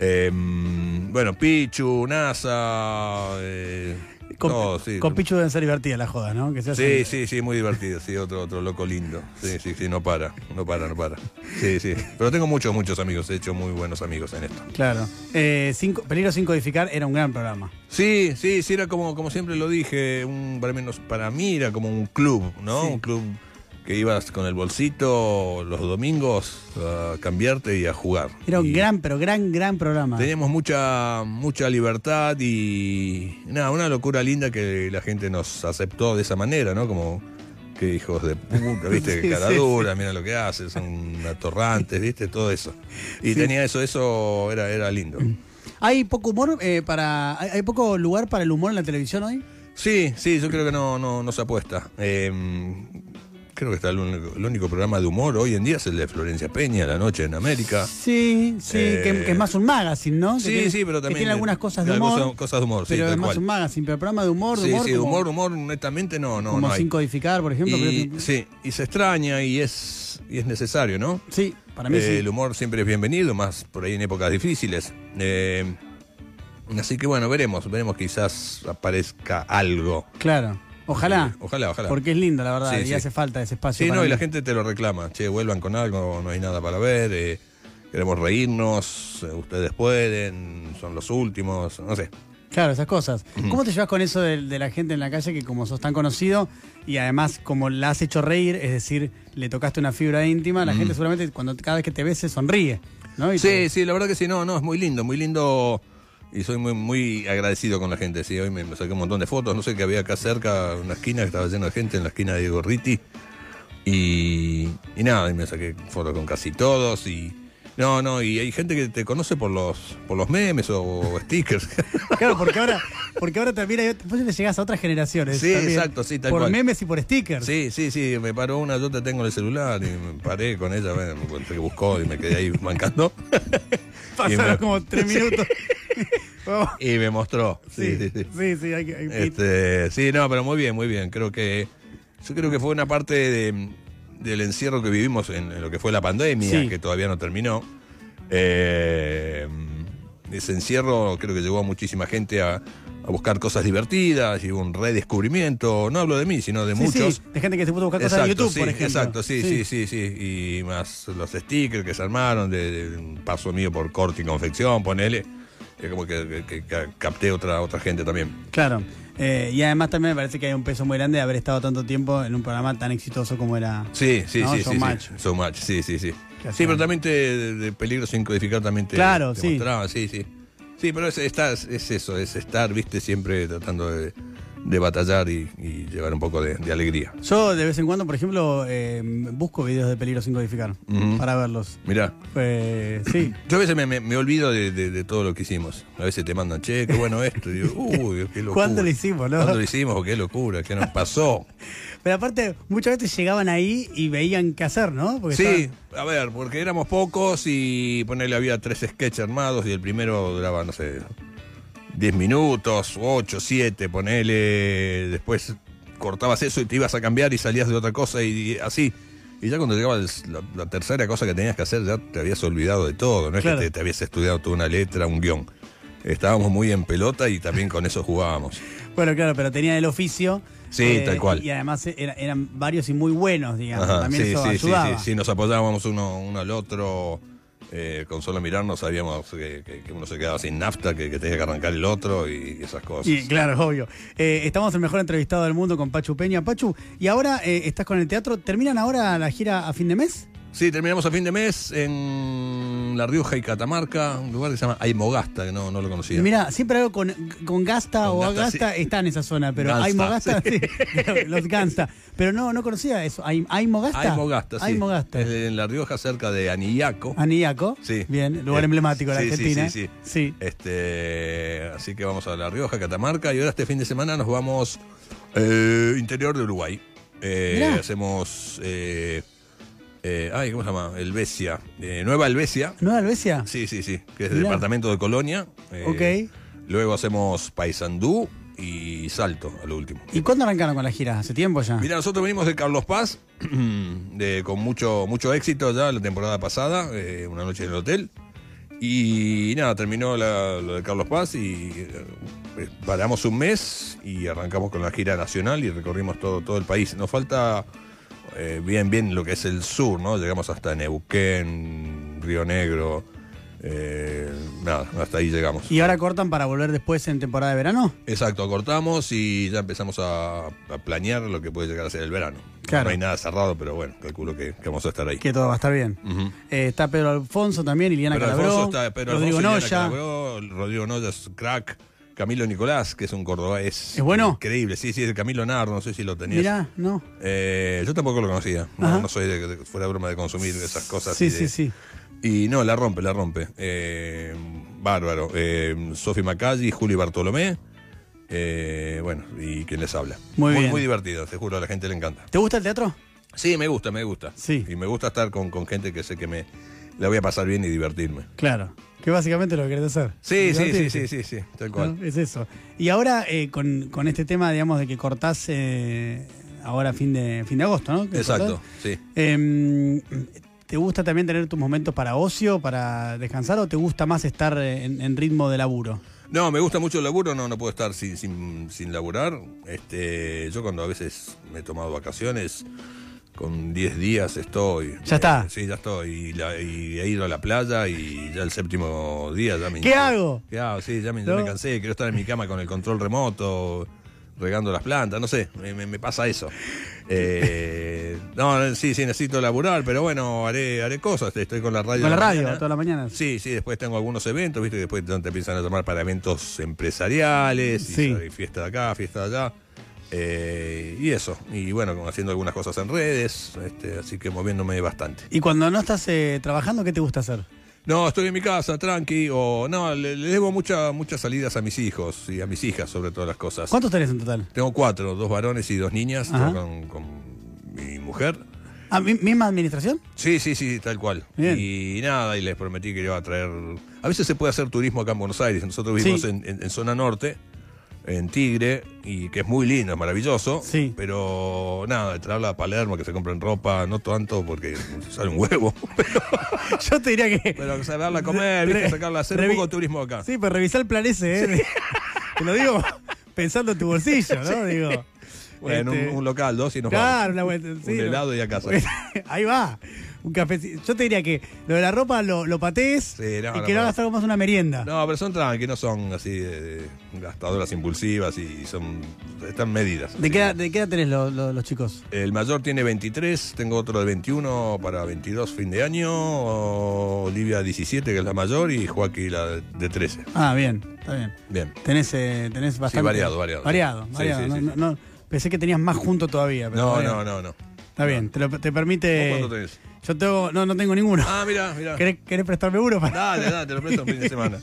Speaker 2: Eh, bueno, Pichu, NASA. eh,
Speaker 1: Con,
Speaker 2: todos, sí.
Speaker 1: con Pichu deben ser divertidas las jodas, ¿no? Que se
Speaker 2: Sí,
Speaker 1: hacen-
Speaker 2: sí, sí, muy divertido, sí, otro, otro loco lindo. Sí, sí, sí, no para, no para, no para. Sí, sí. Pero tengo muchos, muchos amigos, he hecho muy buenos amigos en esto.
Speaker 1: Claro. Eh, cinco, Peligro sin codificar era un gran programa.
Speaker 2: Sí, sí, sí, era como, como siempre lo dije, un, para, mí, no- para mí era como un club, ¿no?
Speaker 1: Sí.
Speaker 2: Un club que ibas con el bolsito los domingos a cambiarte y a jugar.
Speaker 1: Era un
Speaker 2: Y
Speaker 1: gran, pero gran, gran programa.
Speaker 2: Teníamos mucha, mucha libertad y nada, una locura linda que la gente nos aceptó de esa manera, ¿no? Como que hijos de puta, viste,
Speaker 1: Sí,
Speaker 2: que cara
Speaker 1: sí,
Speaker 2: dura, mira lo que haces, son atorrantes, viste, todo eso. Y tenía eso, eso era, era lindo.
Speaker 1: Mm. ¿Hay poco humor eh, para. Hay, hay poco lugar para el humor en la televisión hoy?
Speaker 2: Sí, sí, yo creo que no, no, no se apuesta. Eh, creo que está el único, el único programa de humor hoy en día es el de Florencia Peña, La Noche en América.
Speaker 1: Sí, sí,
Speaker 2: Eh,
Speaker 1: que, que es más un magazine, ¿no? Que
Speaker 2: Sí,
Speaker 1: tiene-
Speaker 2: sí, pero
Speaker 1: que
Speaker 2: también.
Speaker 1: tiene algunas cosas de
Speaker 2: Algunas
Speaker 1: humor.
Speaker 2: cosas de humor, sí,
Speaker 1: pero
Speaker 2: tal
Speaker 1: es más
Speaker 2: cual.
Speaker 1: un magazine, pero programa de humor, de
Speaker 2: sí,
Speaker 1: humor.
Speaker 2: sí,
Speaker 1: como,
Speaker 2: humor, humor, netamente no, no,
Speaker 1: como
Speaker 2: no hay.
Speaker 1: sin codificar, por ejemplo.
Speaker 2: y,
Speaker 1: creo que-
Speaker 2: Sí, y se extraña y es, y es necesario, ¿no?
Speaker 1: sí, para mí
Speaker 2: Eh,
Speaker 1: sí.
Speaker 2: El humor siempre es bienvenido, más por ahí en épocas difíciles. Eh, así que bueno, veremos, veremos quizás aparezca algo.
Speaker 1: Claro. Ojalá.
Speaker 2: Eh, ojalá, ojalá.
Speaker 1: Porque es lindo, la verdad,
Speaker 2: Sí,
Speaker 1: y
Speaker 2: sí.
Speaker 1: hace falta ese espacio.
Speaker 2: Sí,
Speaker 1: para
Speaker 2: no, y
Speaker 1: mí.
Speaker 2: la gente te lo reclama. Che, vuelvan con algo, no hay nada para ver, eh, queremos reírnos, eh, ustedes pueden, son los últimos, no sé.
Speaker 1: Claro, esas cosas. ¿Cómo te llevas con eso de, de la gente en la calle que como sos tan conocido y además como la has hecho reír, es decir, le tocaste una fibra íntima, la gente seguramente cuando cada vez que te ves se sonríe, ¿no? Y
Speaker 2: Sí,
Speaker 1: te-
Speaker 2: sí, la verdad que sí, no, no, es muy lindo, muy lindo. Y soy muy, muy agradecido con la gente, sí. Hoy me, me saqué un montón de fotos, no sé qué había acá cerca, una esquina que estaba llena de gente, en la esquina de Diego Riti. Y, y nada, y me saqué fotos con casi todos. Y no, no, y hay gente que te conoce por los, por los memes o stickers.
Speaker 1: Claro, porque ahora, porque ahora también hay, ot- vos le llegás a otras generaciones.
Speaker 2: Sí,
Speaker 1: también,
Speaker 2: exacto, sí, tal
Speaker 1: Por
Speaker 2: cual.
Speaker 1: memes y por stickers.
Speaker 2: Sí, sí, sí, me paró una, yo te tengo en el celular y me paré con ella, bueno, me encontré que buscó y me quedé ahí mancando.
Speaker 1: Pasaron
Speaker 2: Y me-
Speaker 1: como tres minutos. Vamos.
Speaker 2: Y me mostró.
Speaker 1: sí,
Speaker 2: sí, sí. sí.
Speaker 1: sí, sí, hay que- hay que-
Speaker 2: Este, sí, no, pero muy bien, muy bien. Creo que yo creo que fue una parte de- del encierro que vivimos en, en lo que fue la pandemia,
Speaker 1: Sí.
Speaker 2: que todavía no terminó. Eh, ese encierro creo que llevó a muchísima gente a, a buscar cosas divertidas y hubo un redescubrimiento. No hablo de mí, sino de
Speaker 1: sí, sí,
Speaker 2: muchos.
Speaker 1: de gente que se puso a buscar cosas en YouTube,
Speaker 2: sí,
Speaker 1: por ejemplo.
Speaker 2: Exacto, sí, sí, sí, sí. Y más los stickers que se armaron de, de un paso mío por corte y confección, ponele. Es como que, que- que capté otra, otra gente también.
Speaker 1: Claro. Eh, y además también me parece que hay un peso muy grande de haber estado tanto tiempo en un programa tan exitoso como era.
Speaker 2: Sí, sí,
Speaker 1: ¿no?
Speaker 2: sí, sí,
Speaker 1: Showmatch.
Speaker 2: sí. So much, sí, sí, sí.
Speaker 1: Que
Speaker 2: Sí,
Speaker 1: hacían-
Speaker 2: pero también te, de peligro sin codificar también te,
Speaker 1: Claro,
Speaker 2: te
Speaker 1: sí.
Speaker 2: mostraba, sí, sí. Sí, pero es, estar- es eso, es estar, viste, siempre tratando de, de batallar y, y llevar un poco de, de alegría.
Speaker 1: Yo de vez en cuando, por ejemplo, eh, busco videos de peligro sin codificar
Speaker 2: Ujú.
Speaker 1: para verlos.
Speaker 2: Mirá,
Speaker 1: Pues sí.
Speaker 2: yo a veces me, me- me olvido de, de- de todo lo que hicimos. A veces te mandan, che, qué bueno esto. Y digo, uy, qué locura.
Speaker 1: ¿Cuándo lo hicimos, no?
Speaker 2: ¿Cuándo lo hicimos? ¿O ¿Qué locura? ¿Qué nos pasó?
Speaker 1: Pero aparte, muchas veces llegaban ahí y veían qué hacer, ¿no? Porque
Speaker 2: Sí,
Speaker 1: estaban-
Speaker 2: a ver, porque éramos pocos y ponerle había tres sketches armados y el primero duraba, no sé, 10 minutos, 8, 7, ponele. Después cortabas eso y te ibas a cambiar y salías de otra cosa y, y así. Y ya cuando llegaba el- la, la tercera cosa que tenías que hacer, ya te habías olvidado de todo. No es
Speaker 1: Claro.
Speaker 2: que te, te habías estudiado toda una letra, un guión. Estábamos muy en pelota y también con eso jugábamos.
Speaker 1: Bueno, claro, pero tenían el oficio. eh,
Speaker 2: Sí, tal cual.
Speaker 1: Y además era- eran varios y muy buenos, digamos.
Speaker 2: Ajá,
Speaker 1: También eso ayudaba.
Speaker 2: sí, sí, nos apoyábamos uno, uno al otro. eh, con solo mirarnos sabíamos que, que- que uno se quedaba sin nafta, que, que tenía que arrancar el otro y, y esas cosas.
Speaker 1: Y claro, obvio. Eh, estamos el mejor entrevistado del mundo con Pachu Peña. Pachu, y ahora eh, estás con el teatro. ¿Terminan ahora la gira a fin de mes?
Speaker 2: Sí, terminamos a fin de mes en La Rioja y Catamarca, un lugar que se llama Aymogasta, que no, no lo conocía.
Speaker 1: Mira, siempre algo con, con Gasta
Speaker 2: Con
Speaker 1: o
Speaker 2: Gasta,
Speaker 1: Agasta
Speaker 2: sí.
Speaker 1: está en esa zona, pero
Speaker 2: Gasta,
Speaker 1: Aimo Gasta,
Speaker 2: sí.
Speaker 1: sí, los Gasta. Pero no, no conocía eso. Aim- Aimo Gasta.
Speaker 2: Aymogasta, sí.
Speaker 1: Aimo Gasta.
Speaker 2: Es En La Rioja, cerca de Anillaco.
Speaker 1: Anillaco.
Speaker 2: Sí.
Speaker 1: Bien, lugar
Speaker 2: Eh,
Speaker 1: emblemático de la
Speaker 2: sí, sí,
Speaker 1: Argentina.
Speaker 2: sí, sí.
Speaker 1: sí.
Speaker 2: Este, así que vamos a La Rioja, Catamarca y ahora este fin de semana nos vamos eh, interior de Uruguay. Eh,
Speaker 1: Mirá.
Speaker 2: hacemos, eh, eh, ay, ¿cómo se llama? Elvesia, eh, Nueva Elvesia.
Speaker 1: ¿Nueva Albesia?
Speaker 2: Sí, sí, sí, que es el
Speaker 1: Mirá.
Speaker 2: departamento de Colonia. Eh,
Speaker 1: Ok.
Speaker 2: Luego hacemos Paysandú y Salto, a lo último.
Speaker 1: ¿Y cuándo arrancaron con la gira? ¿Hace tiempo ya?
Speaker 2: Mira, nosotros venimos de Carlos Paz, de- con mucho, mucho éxito ya la temporada pasada, eh, una noche en el hotel. Y nada, terminó la- lo de Carlos Paz y eh, paramos un mes y arrancamos con la gira nacional y recorrimos todo, todo el país. Nos falta eh, bien, bien lo que es el sur, ¿no? Llegamos hasta Neuquén, Río Negro, eh, nada, hasta ahí llegamos.
Speaker 1: ¿Y ahora cortan para volver después en temporada de verano?
Speaker 2: Exacto, cortamos y ya empezamos a, a planear lo que puede llegar a ser el verano.
Speaker 1: Claro.
Speaker 2: No hay nada cerrado, pero bueno, calculo que, que vamos a estar ahí.
Speaker 1: Que todo va a estar bien.
Speaker 2: Ujú.
Speaker 1: Eh, está Pedro Alfonso también, Iliana
Speaker 2: Pero
Speaker 1: Calabró,
Speaker 2: Alfonso está- pero
Speaker 1: Rodrigo
Speaker 2: Alfonso
Speaker 1: Noya.
Speaker 2: Iliana Calabró, Rodrigo Noya es crack. Camilo Nicolás, que es un cordobés.
Speaker 1: ¿Es bueno?
Speaker 2: Increíble, sí, sí, es de Camilo Nardo, no sé si lo tenías.
Speaker 1: Mirá, no.
Speaker 2: Eh, yo tampoco lo conocía.
Speaker 1: Ajá.
Speaker 2: No, no soy de, de- fuera de broma de consumir esas cosas.
Speaker 1: Sí,
Speaker 2: y
Speaker 1: sí,
Speaker 2: de-
Speaker 1: sí.
Speaker 2: Y no, la rompe, la rompe. Eh, bárbaro. Eh, Sofi Macalli, Juli Bartolomé. eh, bueno, y quien les habla.
Speaker 1: Muy bien.
Speaker 2: Muy divertido, te juro, a la gente le encanta.
Speaker 1: ¿Te gusta el teatro?
Speaker 2: Sí, me gusta, me gusta.
Speaker 1: Sí.
Speaker 2: Y me gusta estar con, con gente que sé que me la voy a pasar bien y divertirme.
Speaker 1: Claro. Que básicamente es lo que querés hacer.
Speaker 2: Sí, sí, sí,
Speaker 1: Divertirte,
Speaker 2: sí, sí, sí, tal
Speaker 1: ¿no?
Speaker 2: cual.
Speaker 1: Es eso. Y ahora eh, con, con este tema, digamos, de que cortás eh, ahora fin de, fin de agosto, ¿no? Que
Speaker 2: Exacto,
Speaker 1: cortás.
Speaker 2: sí.
Speaker 1: Em, ¿Te gusta también tener tus momentos para ocio, para descansar, o te gusta más estar eh, en, en ritmo de laburo?
Speaker 2: No, me gusta mucho el laburo, no, no puedo estar sin, sin, sin laburar. Este, yo cuando a veces me he tomado vacaciones, con 10 días estoy.
Speaker 1: Ya está.
Speaker 2: Sí, ya estoy. Y, la- y he ido a la playa y ya el séptimo día ya me...
Speaker 1: ¿Qué hago?
Speaker 2: ¿Qué hago? Sí, ya me, ya
Speaker 1: ¿No?
Speaker 2: me cansé. Quiero estar en mi cama con el control remoto, regando las plantas. No sé, me, me- me pasa eso. Eh, no, no, sí, sí, necesito laburar, pero bueno, haré, haré cosas. Estoy con la radio.
Speaker 1: Con la
Speaker 2: de
Speaker 1: radio,
Speaker 2: mañana.
Speaker 1: toda la mañana.
Speaker 2: Sí, sí, después tengo algunos eventos, viste, que después te empiezan a tomar para eventos empresariales, y
Speaker 1: Sí.
Speaker 2: hay fiesta de acá, fiesta de allá, eh, y eso. Y bueno, como haciendo algunas cosas en redes, este, así que moviéndome bastante.
Speaker 1: Y cuando no estás eh, trabajando, ¿qué te gusta hacer?
Speaker 2: No, estoy en mi casa, tranqui, o no, le, le debo mucha- muchas salidas a mis hijos y a mis hijas sobre todas las cosas.
Speaker 1: ¿Cuántos tenés en total?
Speaker 2: Tengo cuatro, dos varones y dos niñas,
Speaker 1: Ajá.
Speaker 2: yo con, con mi mujer.
Speaker 1: Ah, mi- ¿Misma administración?
Speaker 2: Sí, sí, sí, tal cual.
Speaker 1: Bien.
Speaker 2: Y nada, y les prometí que iba a traer. A veces se puede hacer turismo acá en Buenos Aires. Nosotros vivimos
Speaker 1: Sí.
Speaker 2: en, en- en zona norte, en Tigre, y que es muy lindo, es maravilloso.
Speaker 1: Sí.
Speaker 2: Pero nada, traerla a Palermo, que se compren ropa, no tanto porque sale un huevo. Pero,
Speaker 1: Yo te diría que.
Speaker 2: pero sacarla a comer, viste,
Speaker 1: Re-
Speaker 2: sacarla a hacer
Speaker 1: revi-
Speaker 2: un poco de turismo acá.
Speaker 1: Sí, pero revisar el plan ese, ¿eh? Te lo digo pensando en tu bolsillo, ¿no? Digo.
Speaker 2: Bueno,
Speaker 1: este,
Speaker 2: un, un local, dos y nos
Speaker 1: Claro,
Speaker 2: vamos.
Speaker 1: una vuelta. sí,
Speaker 2: un
Speaker 1: no.
Speaker 2: helado y a casa.
Speaker 1: Ahí va. Un cafecito. Yo te diría que lo de la ropa lo, lo patees
Speaker 2: Sí, no,
Speaker 1: y
Speaker 2: no,
Speaker 1: que lo
Speaker 2: no.
Speaker 1: hagas algo más una merienda.
Speaker 2: No, pero son tranqui, no son así de, de gastadoras impulsivas y son. están medidas.
Speaker 1: ¿De,
Speaker 2: Así
Speaker 1: qué,
Speaker 2: que-
Speaker 1: edad- ¿De qué edad tenés lo- lo- los chicos?
Speaker 2: El mayor tiene 23, tengo otro de 21 para 22 fin de año, Olivia 17 que es la mayor y Joaquín la de 13.
Speaker 1: Ah, bien, está bien.
Speaker 2: Bien.
Speaker 1: Tenés, eh, tenés bastante.
Speaker 2: variado, variado.
Speaker 1: Variado,
Speaker 2: Sí,
Speaker 1: variado.
Speaker 2: sí,
Speaker 1: no,
Speaker 2: sí,
Speaker 1: no-
Speaker 2: sí.
Speaker 1: no- pensé que tenías más junto todavía. Pero
Speaker 2: No,
Speaker 1: está bien.
Speaker 2: no, no, no.
Speaker 1: Está bien, te, lo- te permite.
Speaker 2: ¿Vos cuánto tenés?
Speaker 1: Yo tengo. No, no tengo ninguno.
Speaker 2: Ah, mira, mira.
Speaker 1: Eh. ¿Querés, querés prestarme uno? Para...
Speaker 2: Dale, dale, te lo presto un fin de semana.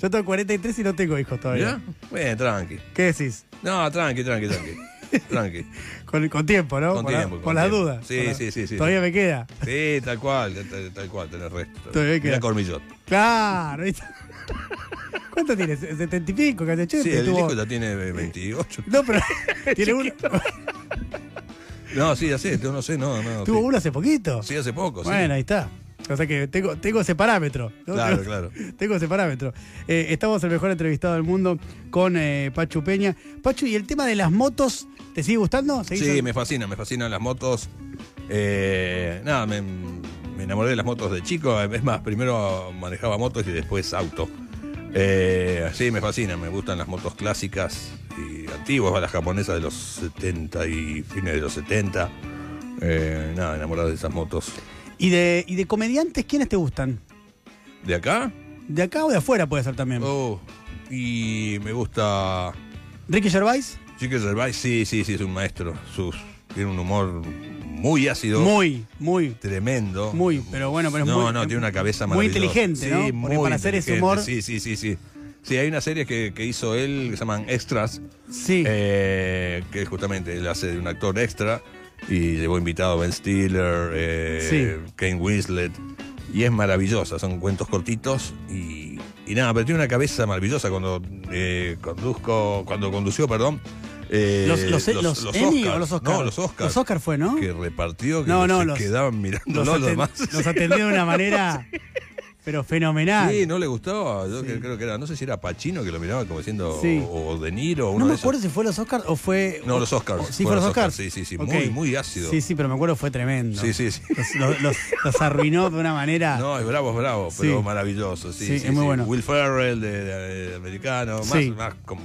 Speaker 1: Yo tengo 43 y no tengo hijos todavía.
Speaker 2: ¿Mirá? Bien, tranqui.
Speaker 1: ¿Qué decís?
Speaker 2: No, tranqui, tranqui, tranqui. Tranqui.
Speaker 1: Con, con tiempo, ¿no?
Speaker 2: Con
Speaker 1: Por la-
Speaker 2: tiempo,
Speaker 1: Por
Speaker 2: con
Speaker 1: las
Speaker 2: tiempo.
Speaker 1: dudas.
Speaker 2: Sí,
Speaker 1: Por la-
Speaker 2: sí, sí, sí.
Speaker 1: Todavía me queda.
Speaker 2: Sí, tal cual, tal, tal cual, tenés resto.
Speaker 1: Todavía queda.
Speaker 2: Mira Cormillot.
Speaker 1: Claro, ¿viste? ¿Cuánto tienes? ¿70 y pico? casi ochenta
Speaker 2: Sí, el
Speaker 1: tuvo.
Speaker 2: hijo ya tiene 28.
Speaker 1: No, pero tiene uno,
Speaker 2: No, sí, ya sé, yo no sé, no, no.
Speaker 1: tuvo
Speaker 2: sí.
Speaker 1: uno hace poquito.
Speaker 2: Sí, hace poco, sí.
Speaker 1: bueno, ahí está. O sea que tengo, tengo ese parámetro. ¿no?
Speaker 2: Claro,
Speaker 1: Tengo-
Speaker 2: claro.
Speaker 1: Tengo ese parámetro. Eh, estamos el mejor entrevistado del mundo con eh, Pachu Peña. Pachu, ¿y el tema de las motos te sigue gustando? ¿Seguís
Speaker 2: Sí,
Speaker 1: en-
Speaker 2: me fascina, me fascinan las motos. Eh, nada, me, me enamoré de las motos de chico. Es más, primero manejaba motos y después auto. Eh, sí, me fascina, me gustan las motos clásicas y antiguas, las japonesas de los 70 y fines de los 70. Eh, nada, enamorado de esas motos.
Speaker 1: ¿Y, de, ¿Y de comediantes quiénes te gustan?
Speaker 2: ¿De acá?
Speaker 1: ¿De acá o de afuera puede ser también?
Speaker 2: Oh, y me gusta
Speaker 1: ¿Ricky Gervais?
Speaker 2: Chico Gervais, sí, sí, sí, es un maestro. Sus- tiene un humor muy ácido.
Speaker 1: Muy, muy.
Speaker 2: Tremendo.
Speaker 1: Muy, pero bueno, pero es
Speaker 2: no,
Speaker 1: muy-
Speaker 2: no, tiene una cabeza
Speaker 1: muy
Speaker 2: maravillosa.
Speaker 1: inteligente, ¿no?
Speaker 2: Sí,
Speaker 1: Porque
Speaker 2: muy
Speaker 1: para hacer ese
Speaker 2: inteligente,
Speaker 1: humor-
Speaker 2: Sí, sí, sí, sí. Sí, hay una serie que, que hizo él que se llaman Extras,
Speaker 1: Sí.
Speaker 2: eh, que justamente él hace de un actor extra y llevó invitado a Ben Stiller, eh, Kane Winslet, y es maravillosa, son cuentos cortitos y, y nada, pero tiene una cabeza maravillosa cuando eh, conduzco, cuando condució, perdón. eh,
Speaker 1: los, los, los, Emmy o los Oscar?
Speaker 2: No, los Oscars.
Speaker 1: Los Oscar fue, ¿no?
Speaker 2: Que repartió, que
Speaker 1: No, no,
Speaker 2: se
Speaker 1: los-
Speaker 2: quedaban mirando los,
Speaker 1: aten-
Speaker 2: demás.
Speaker 1: los atendió de una manera, pero fenomenal.
Speaker 2: Sí, no le gustaba. Yo
Speaker 1: Sí.
Speaker 2: que- creo que era, no sé si era Pacino que lo miraba como diciendo,
Speaker 1: Sí.
Speaker 2: o o De Niro, uno
Speaker 1: no me
Speaker 2: de esos.
Speaker 1: acuerdo si fue los Oscars o fue.
Speaker 2: No, los Oscars.
Speaker 1: Sí, fue los Oscars.
Speaker 2: Sí, sí, sí.
Speaker 1: Ok.
Speaker 2: Muy, muy ácido.
Speaker 1: Sí, sí, pero me acuerdo fue tremendo.
Speaker 2: Sí, sí, sí.
Speaker 1: Los, los- los- los arruinó de una manera.
Speaker 2: No, es bravo, es bravo, pero
Speaker 1: Ah. Sí.
Speaker 2: maravilloso. Sí,
Speaker 1: Sí, es muy bueno.
Speaker 2: Will Ferrell, de, de- de americano, más,
Speaker 1: Sí.
Speaker 2: más com-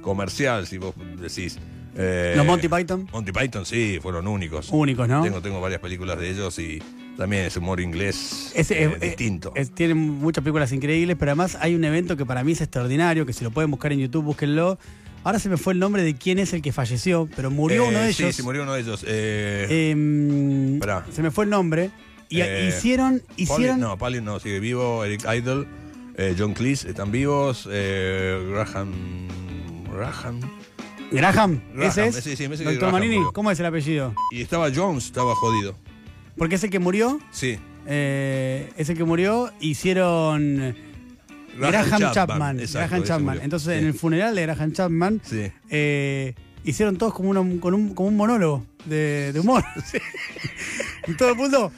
Speaker 2: comercial, si vos decís. Eh,
Speaker 1: Los Monty Python.
Speaker 2: Monty Python, sí, fueron únicos.
Speaker 1: Únicos, ¿no?
Speaker 2: Tengo, tengo varias películas de ellos y también ese humor inglés
Speaker 1: Ese
Speaker 2: eh,
Speaker 1: es- eh,
Speaker 2: distinto.
Speaker 1: es- tienen muchas películas increíbles, pero además hay un evento que para mí es extraordinario, que si lo pueden buscar en YouTube, búsquenlo. Ahora se me fue el nombre de quién es el que falleció, pero murió
Speaker 2: Eh,
Speaker 1: uno de
Speaker 2: sí,
Speaker 1: ellos.
Speaker 2: Sí, murió uno de ellos. Eh,
Speaker 1: Em,
Speaker 2: Pará.
Speaker 1: se me fue el nombre. Y
Speaker 2: Eh,
Speaker 1: hicieron,
Speaker 2: Palin-
Speaker 1: hicieron
Speaker 2: no, Palin no, sigue vivo. Eric Idle, eh, John Cleese están vivos. eh, Graham. Graham.
Speaker 1: Graham,
Speaker 2: Graham,
Speaker 1: ese es.
Speaker 2: ese sí, ese que
Speaker 1: Doctor
Speaker 2: Graham
Speaker 1: Manini,
Speaker 2: murió.
Speaker 1: ¿cómo es el apellido?
Speaker 2: Y estaba Jones, estaba jodido.
Speaker 1: Porque ese que murió,
Speaker 2: Sí.
Speaker 1: eh, ese que murió, hicieron Graham, Chapman.
Speaker 2: exacto,
Speaker 1: Graham
Speaker 2: ese
Speaker 1: Chapman.
Speaker 2: murió.
Speaker 1: Entonces,
Speaker 2: Sí.
Speaker 1: en el funeral de Graham Chapman,
Speaker 2: Sí.
Speaker 1: eh, hicieron todos como, uno- con un, como un monólogo de, de humor. y todo el mundo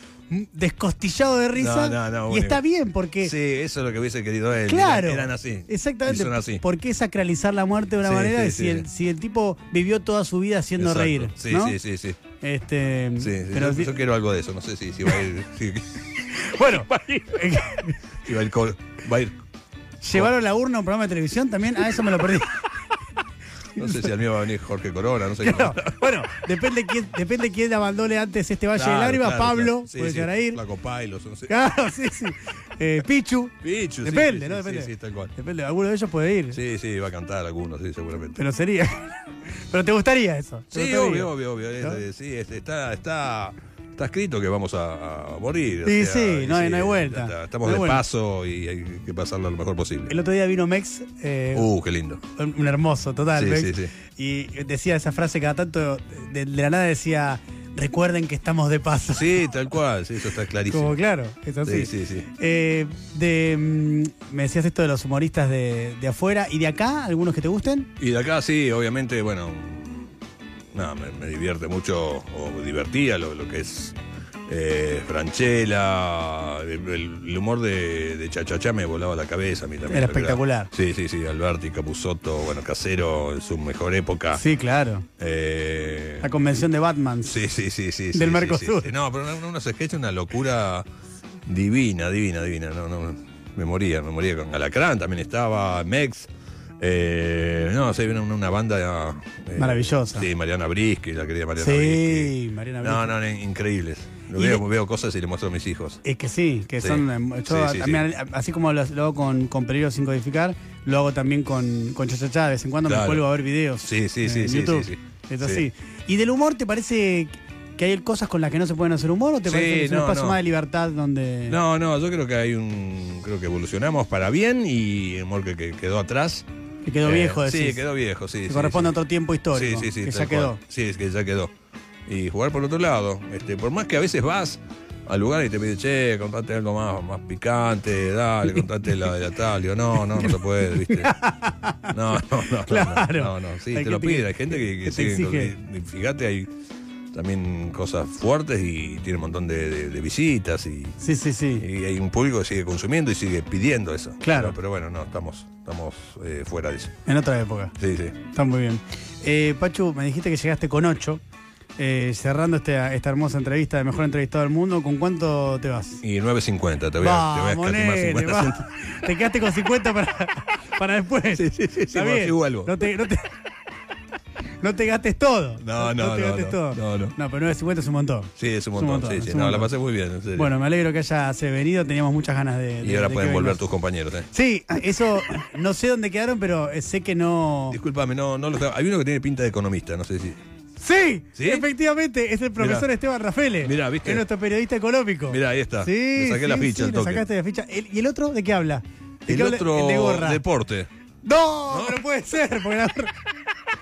Speaker 1: descostillado de risa.
Speaker 2: No, no, no,
Speaker 1: y
Speaker 2: bueno.
Speaker 1: está bien, porque.
Speaker 2: Sí, eso es lo que hubiese querido él.
Speaker 1: Claro.
Speaker 2: Eran, eran así.
Speaker 1: Exactamente.
Speaker 2: Y son así.
Speaker 1: ¿Por qué sacralizar la muerte de una
Speaker 2: Sí,
Speaker 1: manera
Speaker 2: sí,
Speaker 1: que
Speaker 2: sí,
Speaker 1: si,
Speaker 2: sí.
Speaker 1: el, si el tipo vivió toda su vida haciendo
Speaker 2: Exacto.
Speaker 1: reír?
Speaker 2: Sí,
Speaker 1: ¿no?
Speaker 2: sí, sí, sí.
Speaker 1: Este,
Speaker 2: Sí, sí,
Speaker 1: pero
Speaker 2: yo,
Speaker 1: di-
Speaker 2: yo quiero algo de eso, no sé si, si va a ir. si-
Speaker 1: bueno, eh,
Speaker 2: si va a ir. co- Va a ir
Speaker 1: llevaron la urna a un programa de televisión también, a eso me lo perdí.
Speaker 2: no sé si al mío va a venir Jorge Corona, no sé
Speaker 1: Claro,
Speaker 2: qué.
Speaker 1: bueno, depende quién, depende quién abandone antes este Valle
Speaker 2: Claro,
Speaker 1: de Lágrimas,
Speaker 2: claro,
Speaker 1: Pablo,
Speaker 2: claro. Sí,
Speaker 1: puede
Speaker 2: sí,
Speaker 1: llegar a ir.
Speaker 2: Flaco Pailos, no sé.
Speaker 1: Claro, sí, sí. Eh, Pichu,
Speaker 2: Pichu, sí,
Speaker 1: Depende,
Speaker 2: sí,
Speaker 1: ¿no?
Speaker 2: sí,
Speaker 1: Depende.
Speaker 2: Sí, sí, tal cual.
Speaker 1: depende, alguno de ellos puede ir.
Speaker 2: Sí, sí, va a cantar algunos, sí, seguramente.
Speaker 1: Pero sería. Pero te gustaría eso. te
Speaker 2: Sí,
Speaker 1: gustaría.
Speaker 2: obvio, obvio, obvio. es,
Speaker 1: ¿No?
Speaker 2: eh, sí, es- está, está, está escrito que vamos a, a morir. o
Speaker 1: Y
Speaker 2: sea,
Speaker 1: sí, no hay- no hay vuelta.
Speaker 2: está- estamos
Speaker 1: No hay
Speaker 2: de
Speaker 1: vuelta.
Speaker 2: paso y hay que pasarlo lo mejor posible.
Speaker 1: El otro día vino Mex, eh,
Speaker 2: Uh, qué lindo.
Speaker 1: un un hermoso, total.
Speaker 2: Sí,
Speaker 1: Mex,
Speaker 2: sí, sí.
Speaker 1: Y decía esa frase cada tanto, de, de la nada decía: Recuerden que estamos de paso.
Speaker 2: Sí, tal cual, sí, eso está
Speaker 1: Como
Speaker 2: clarísimo.
Speaker 1: claro, es así.
Speaker 2: Sí, sí, sí.
Speaker 1: Eh, de, mm, me decías esto de los humoristas de, de afuera y de acá, algunos que te gusten.
Speaker 2: Y de acá sí, obviamente, bueno, nada, me, me divierte mucho, o me divertía lo, lo que es eh, Franchella, el, el humor de, de Chachachá me volaba la cabeza a mí también.
Speaker 1: Era
Speaker 2: la verdad.
Speaker 1: espectacular.
Speaker 2: Sí, sí, sí, Alberti, Capusotto, bueno, Casero en su mejor época.
Speaker 1: Sí, claro.
Speaker 2: Eh,
Speaker 1: La convención de Batman.
Speaker 2: Ah. sí, sí, sí, sí. sí,
Speaker 1: Del
Speaker 2: sí,
Speaker 1: Mercosur.
Speaker 2: sí, sí. No, pero una- unos sketches, una locura divina, divina, divina. No, no, me moría, me moría con Alacrán, también estaba Mex. Eh, no, se viene una, una banda eh,
Speaker 1: Maravillosa.
Speaker 2: Sí, Mariana Brisky, la querida Mariana Brisky.
Speaker 1: Sí, Mariana
Speaker 2: No,
Speaker 1: Brisky.
Speaker 2: no, ne- increíbles. Lo
Speaker 1: Y
Speaker 2: veo,
Speaker 1: de-
Speaker 2: veo cosas y le muestro a mis hijos.
Speaker 1: Es que sí, que
Speaker 2: Sí.
Speaker 1: son. em,
Speaker 2: Sí,
Speaker 1: Yo
Speaker 2: sí,
Speaker 1: también, a- así como lo, lo hago con, con Peligro sin codificar, lo hago también con, con Chachachá. De vez en cuando me
Speaker 2: Claro.
Speaker 1: vuelvo a ver videos.
Speaker 2: Sí, sí,
Speaker 1: eh,
Speaker 2: sí,
Speaker 1: en
Speaker 2: sí,
Speaker 1: YouTube.
Speaker 2: sí, sí.
Speaker 1: Es
Speaker 2: Sí.
Speaker 1: así. ¿Y del humor te parece que hay cosas con las que no se pueden hacer humor o te
Speaker 2: Sí,
Speaker 1: parece que es un
Speaker 2: no,
Speaker 1: espacio
Speaker 2: no.
Speaker 1: más de libertad donde.
Speaker 2: No, no, yo creo que hay un. Creo que evolucionamos para bien y el humor que, que quedó atrás.
Speaker 1: Que quedó
Speaker 2: eh,
Speaker 1: viejo, decís.
Speaker 2: Sí, quedó viejo, sí.
Speaker 1: Que
Speaker 2: sí,
Speaker 1: corresponde
Speaker 2: sí.
Speaker 1: a otro tiempo histórico.
Speaker 2: Sí, sí, sí.
Speaker 1: que ya
Speaker 2: tal
Speaker 1: quedó.
Speaker 2: cual. Sí, es que ya quedó. Y jugar por otro lado. Este, por más que a veces vas al lugar y te pide, che, contate algo más, más picante, dale, contate la de la tal. Digo, no, no, no se puede, ¿viste? No, no, no. no,
Speaker 1: Claro.
Speaker 2: No, no, sí,
Speaker 1: Hay gente
Speaker 2: te lo
Speaker 1: que-
Speaker 2: pide. Hay gente que,
Speaker 1: que te
Speaker 2: que sigue con-
Speaker 1: exige.
Speaker 2: y- y Fíjate, hay también cosas fuertes y tiene un montón de, de- de visitas y,
Speaker 1: Sí, sí, sí.
Speaker 2: y hay un público que sigue consumiendo y sigue pidiendo eso.
Speaker 1: Claro.
Speaker 2: Pero, pero bueno, no, estamos, estamos eh, fuera de eso.
Speaker 1: En otra época.
Speaker 2: Sí, sí.
Speaker 1: Está muy bien. Eh, Pachu, me dijiste que llegaste con 8. cerrando este- esta hermosa entrevista de mejor entrevistado del mundo, ¿con cuánto te vas?
Speaker 2: Y 9.50, te voy a, te voy a
Speaker 1: Vamos,
Speaker 2: escatimar
Speaker 1: nene,
Speaker 2: 50
Speaker 1: va.
Speaker 2: centavos.
Speaker 1: Te quedaste con 50 para, para después.
Speaker 2: Sí, sí, sí, sí,
Speaker 1: Está
Speaker 2: bueno,
Speaker 1: bien.
Speaker 2: sí, vuelvo.
Speaker 1: No te, no te- no te gastes todo.
Speaker 2: No, no,
Speaker 1: te
Speaker 2: no,
Speaker 1: gastes
Speaker 2: no,
Speaker 1: todo.
Speaker 2: no, no.
Speaker 1: pero 9.50 es un montón.
Speaker 2: Sí, es un
Speaker 1: Es un
Speaker 2: montón.
Speaker 1: montón,
Speaker 2: sí,
Speaker 1: es
Speaker 2: sí.
Speaker 1: un
Speaker 2: No,
Speaker 1: montón.
Speaker 2: la pasé muy bien, en serio.
Speaker 1: Bueno, me alegro que hayas eh, venido. Teníamos muchas ganas de.
Speaker 2: y
Speaker 1: de-
Speaker 2: ahora
Speaker 1: de que
Speaker 2: pueden volver
Speaker 1: vengas.
Speaker 2: tus compañeros. ¿eh?
Speaker 1: Sí, eso no sé dónde quedaron, pero eh, sé que no.
Speaker 2: Disculpame, no, no lo estaba- Hay uno que tiene pinta de economista, no sé si.
Speaker 1: Sí,
Speaker 2: ¿Sí?
Speaker 1: efectivamente, es el profesor
Speaker 2: Mirá.
Speaker 1: Esteban Rafael.
Speaker 2: Mirá, ¿viste?
Speaker 1: Es nuestro periodista económico.
Speaker 2: Mirá, ahí está.
Speaker 1: Sí,
Speaker 2: Le saqué
Speaker 1: sí,
Speaker 2: la ficha
Speaker 1: sí,
Speaker 2: al
Speaker 1: le
Speaker 2: toque.
Speaker 1: sacaste la ficha. El- ¿Y el otro de qué habla? ¿De
Speaker 2: El
Speaker 1: qué habla?
Speaker 2: otro
Speaker 1: de gorra.
Speaker 2: deporte.
Speaker 1: No, pero puede ser, porque la gorra-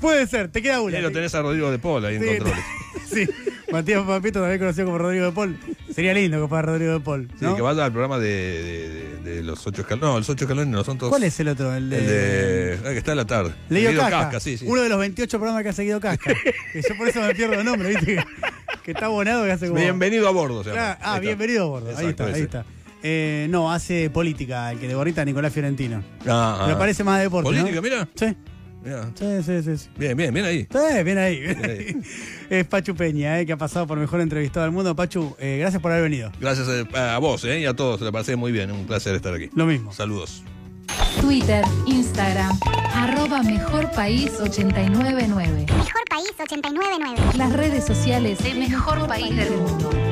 Speaker 1: Puede ser, te queda
Speaker 2: Y
Speaker 1: una.
Speaker 2: ahí lo tenés a Rodrigo de Paul ahí en
Speaker 1: Sí,
Speaker 2: controles.
Speaker 1: sí. Matías Papito, también conocido como Rodrigo de Paul. Sería lindo que fuera Rodrigo de Paul.
Speaker 2: Sí,
Speaker 1: ¿no?
Speaker 2: que vaya al programa de, de- de- de los ocho escalones. No, los ocho escalones no son todos.
Speaker 1: ¿Cuál es el otro? El de.
Speaker 2: El de. ah, que está a la tarde.
Speaker 1: Leído
Speaker 2: Guido
Speaker 1: Casca,
Speaker 2: sí, sí.
Speaker 1: uno de los 28 programas que ha seguido Casca. que yo por eso me pierdo el nombre, ¿viste? Que, que está abonado que hace como...
Speaker 2: Bienvenido a bordo, se llama.
Speaker 1: Claro, Ah,
Speaker 2: Ahí está.
Speaker 1: bienvenido, gordo. Ahí
Speaker 2: Exacto,
Speaker 1: está, ahí
Speaker 2: ese.
Speaker 1: está. Eh, no, hace política, el que de gorrita Nicolás Fiorentino.
Speaker 2: Ah, ah.
Speaker 1: Pero parece más de deporte.
Speaker 2: Política,
Speaker 1: ¿no?
Speaker 2: mira.
Speaker 1: Sí,
Speaker 2: Mira.
Speaker 1: sí, sí, sí. sí.
Speaker 2: Bien, bien, bien ahí.
Speaker 1: Sí, bien ahí. bien
Speaker 2: Bien
Speaker 1: ahí. Es Pachu Peña, eh, que ha pasado por mejor entrevistado del mundo. Pachu, eh, gracias por haber venido.
Speaker 2: Gracias a, a vos eh, y a todos, la pasé muy bien, un placer estar aquí.
Speaker 1: Lo mismo.
Speaker 2: Saludos.
Speaker 4: Twitter, Instagram, arroba Mejor País 899.
Speaker 5: Mejor País 899.
Speaker 4: Las redes sociales de Mejor País del Mundo.